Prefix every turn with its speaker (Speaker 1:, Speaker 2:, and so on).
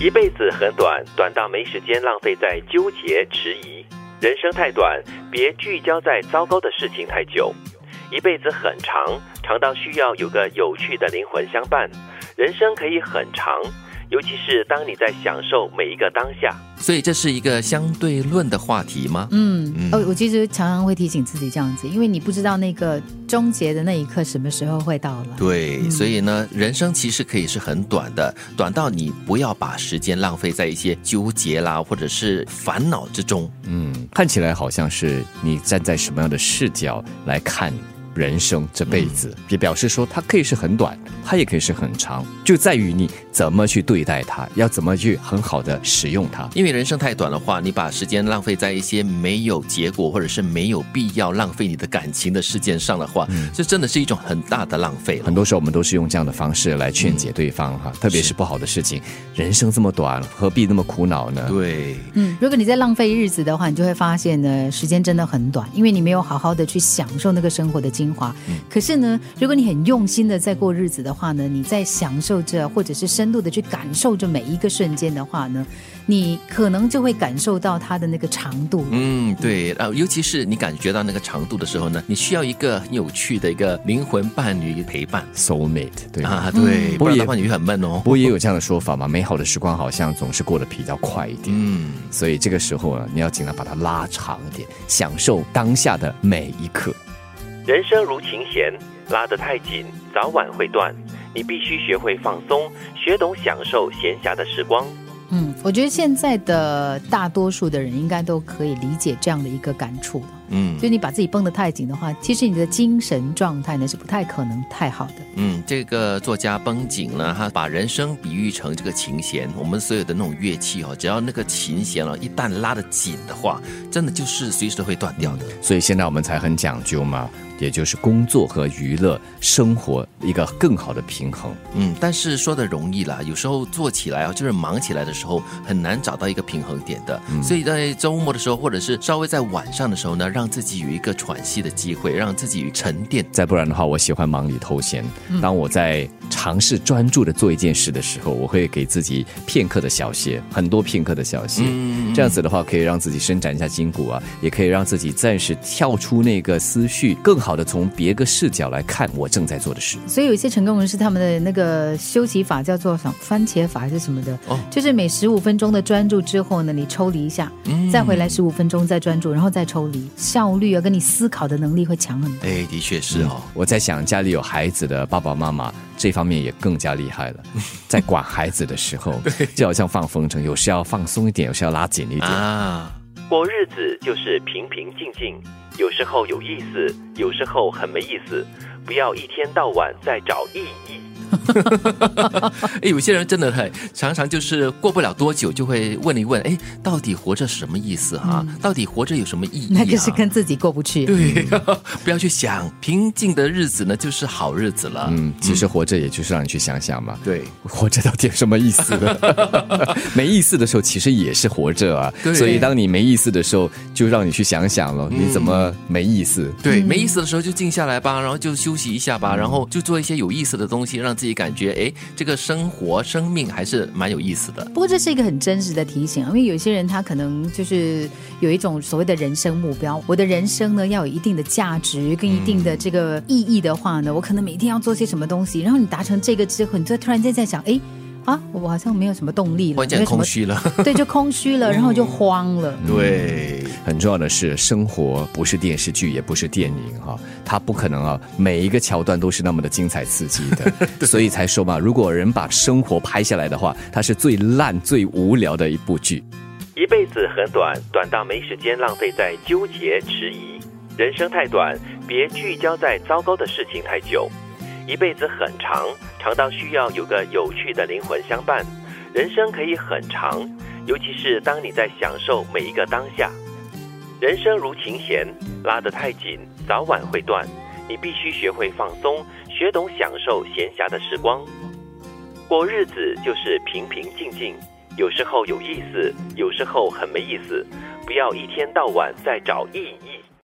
Speaker 1: 一辈子很短，短到没时间浪费在纠结、迟疑。人生太短，别聚焦在糟糕的事情太久。一辈子很长，长到需要有个有趣的灵魂相伴。人生可以很长，尤其是当你在享受每一个当下。
Speaker 2: 所以这是一个相对论的话题吗？
Speaker 3: 嗯
Speaker 2: 嗯，
Speaker 3: 哦，我其实常常会提醒自己这样子，因为你不知道那个终结的那一刻什么时候会到来。
Speaker 2: 对，
Speaker 4: 嗯
Speaker 2: 所以呢，人生其实可以是很短的，短到你不要把时间浪费在一些纠结啦，或者是烦恼之中。
Speaker 4: 嗯，看起来好像是你站在什么样的视角来看人生这辈子，
Speaker 2: 嗯
Speaker 4: 也表示说它可以是很短，它也可以是很长，就在于你怎么去对待它，要怎么去很好的使用它。
Speaker 2: 因为人生太短的话，你把时间浪费在一些没有结果或者是没有必要浪费你的感情的事件上的话，这真的是一种很大的浪费了。
Speaker 4: 嗯很多时候我们都是用这样的方式来劝解对方哈，特
Speaker 2: 嗯
Speaker 4: 别
Speaker 2: 是
Speaker 4: 是不好的事情，人生这么短，何必那么苦恼呢？
Speaker 2: 对，
Speaker 3: 嗯，如果你在浪费日子的话，你就会发现呢，时间真的很短，因为你没有好好的去享受那个生活的精华。
Speaker 2: 嗯
Speaker 3: 可是呢，如果你很用心的在过日子的话呢，你在享受着或者是深度的去感受着每一个瞬间的话呢，你可能就会感受到它的那个长度。
Speaker 2: 嗯，对，啊，尤其是你感觉到那个长度的时候呢，你需要一个很有趣的一个灵魂伴侣陪伴
Speaker 4: soul mate，对吧？
Speaker 2: 啊，对，不然的话你会很闷哦。
Speaker 4: 嗯不过也有这样的说法嘛，美好的时光好像总是过得比较快一点，
Speaker 2: 嗯，
Speaker 4: 所以这个时候呢，啊你要尽量把它拉长一点，享受当下的每一刻。
Speaker 1: 人生如琴弦，拉得太紧，早晚会断。你必须学会放松，学懂享受闲暇的时光。
Speaker 3: 嗯，我觉得现在的大多数的人应该都可以理解这样的一个感触了。
Speaker 2: 嗯
Speaker 3: 就你把自己绷得太紧的话，其实你的精神状态呢是不太可能太好的。
Speaker 2: 嗯，这个作家绷紧呢，他把人生比喻成这个琴弦。我们所有的那种乐器哦，只要那个琴弦哦，一旦拉得紧的话，真的就是随时都会断掉的。
Speaker 4: 所以现在我们才很讲究嘛，也就是工作和娱乐生活一个更好的平衡。
Speaker 2: 嗯，但是说的容易啦，有时候做起来啊，就是忙起来的时候，很难找到一个平衡点的。所以在周末的时候，或者是稍微在晚上的时候呢，让自己有一个喘息的机会，让自己有沉淀。
Speaker 4: 再不然的话，我喜欢忙里偷闲。当我在尝试专注的做一件事的时候，我会给自己片刻的小歇，很多片刻的小歇。
Speaker 2: 嗯
Speaker 4: 这样子的话，可以让自己伸展一下筋骨啊，也可以让自己暂时跳出那个思绪，更好的从别个视角来看我正在做的事。
Speaker 3: 所以有一些成功人士他们的那个休息法叫做什么番茄法还是什么的，
Speaker 2: 哦
Speaker 3: 就是每十五分钟的专注之后呢，你抽离一下，
Speaker 2: 嗯
Speaker 3: 再回来十五分钟再专注，然后再抽离，效率啊跟你思考的能力会强很多。
Speaker 2: 哎，的确是哦。
Speaker 4: 啊我在想，家里有孩子的爸爸妈妈这方面也更加 厉害了，在管孩子的时候，就好像放风筝，有时要放松一点，有时要拉紧一点。
Speaker 2: 啊，
Speaker 1: 过日子就是平平静静，有时候有意思，有时候很没意思。不要一天到晚在找意义。
Speaker 2: 哎，有些人真的很常常就是过不了多久就会问一问，哎，到底活着什么意思啊？到底活着有什么意义、啊？
Speaker 3: 嗯那个是跟自己过不去。
Speaker 2: 对、 不要去想，平静的日子呢就是好日子了。
Speaker 4: 嗯，其实活着也就是让你去想想嘛，
Speaker 2: 对，
Speaker 4: 活着到底有什么意思 呢？没意思的时候，其实也是活着啊。
Speaker 2: 对嗯
Speaker 4: 所以当你没意思的时候，就让你去想想了，你怎么没意思？
Speaker 2: 对，没
Speaker 3: 嗯
Speaker 2: 意思的时候就静下来吧，然后就休息一下吧，然后就做一些有意思的东西，让自己感觉哎，这个生活、生命还是蛮有意思的。
Speaker 3: 不过这是一个很真实的提醒啊，因为有些人他可能就是有一种所谓的人生目标，我的人生呢要有一定的价值跟一定的这个意义的话呢，我可能每天要做些什么东西，然后你达成这个之后，你就突然间在想，哎。啊，我好像没有什么动力了，
Speaker 2: 关
Speaker 3: 没有
Speaker 2: 键
Speaker 3: 什
Speaker 2: 空
Speaker 3: 么
Speaker 2: 虚了，
Speaker 3: 对，就空虚了，然后就慌了。
Speaker 2: 对，
Speaker 4: 很重要的是，生活不是电视剧，也不是电影哈、它不可能啊，每一个桥段都是那么的精彩刺激的，所以才说嘛，如果人把生活拍下来的话，它是最烂、最无聊的一部剧。
Speaker 1: 一辈子很短，短到没时间浪费在纠结、迟疑。人生太短，别聚焦在糟糕的事情太久。一辈子很长，长到需要有个有趣的灵魂相伴。人生可以很长，尤其是当你在享受每一个当下。人生如琴弦，拉得太紧，早晚会断。你必须学会放松，学懂享受闲暇的时光。过日子就是平平静静，有时候有意思，有时候很没意思。不要一天到晚在找意义。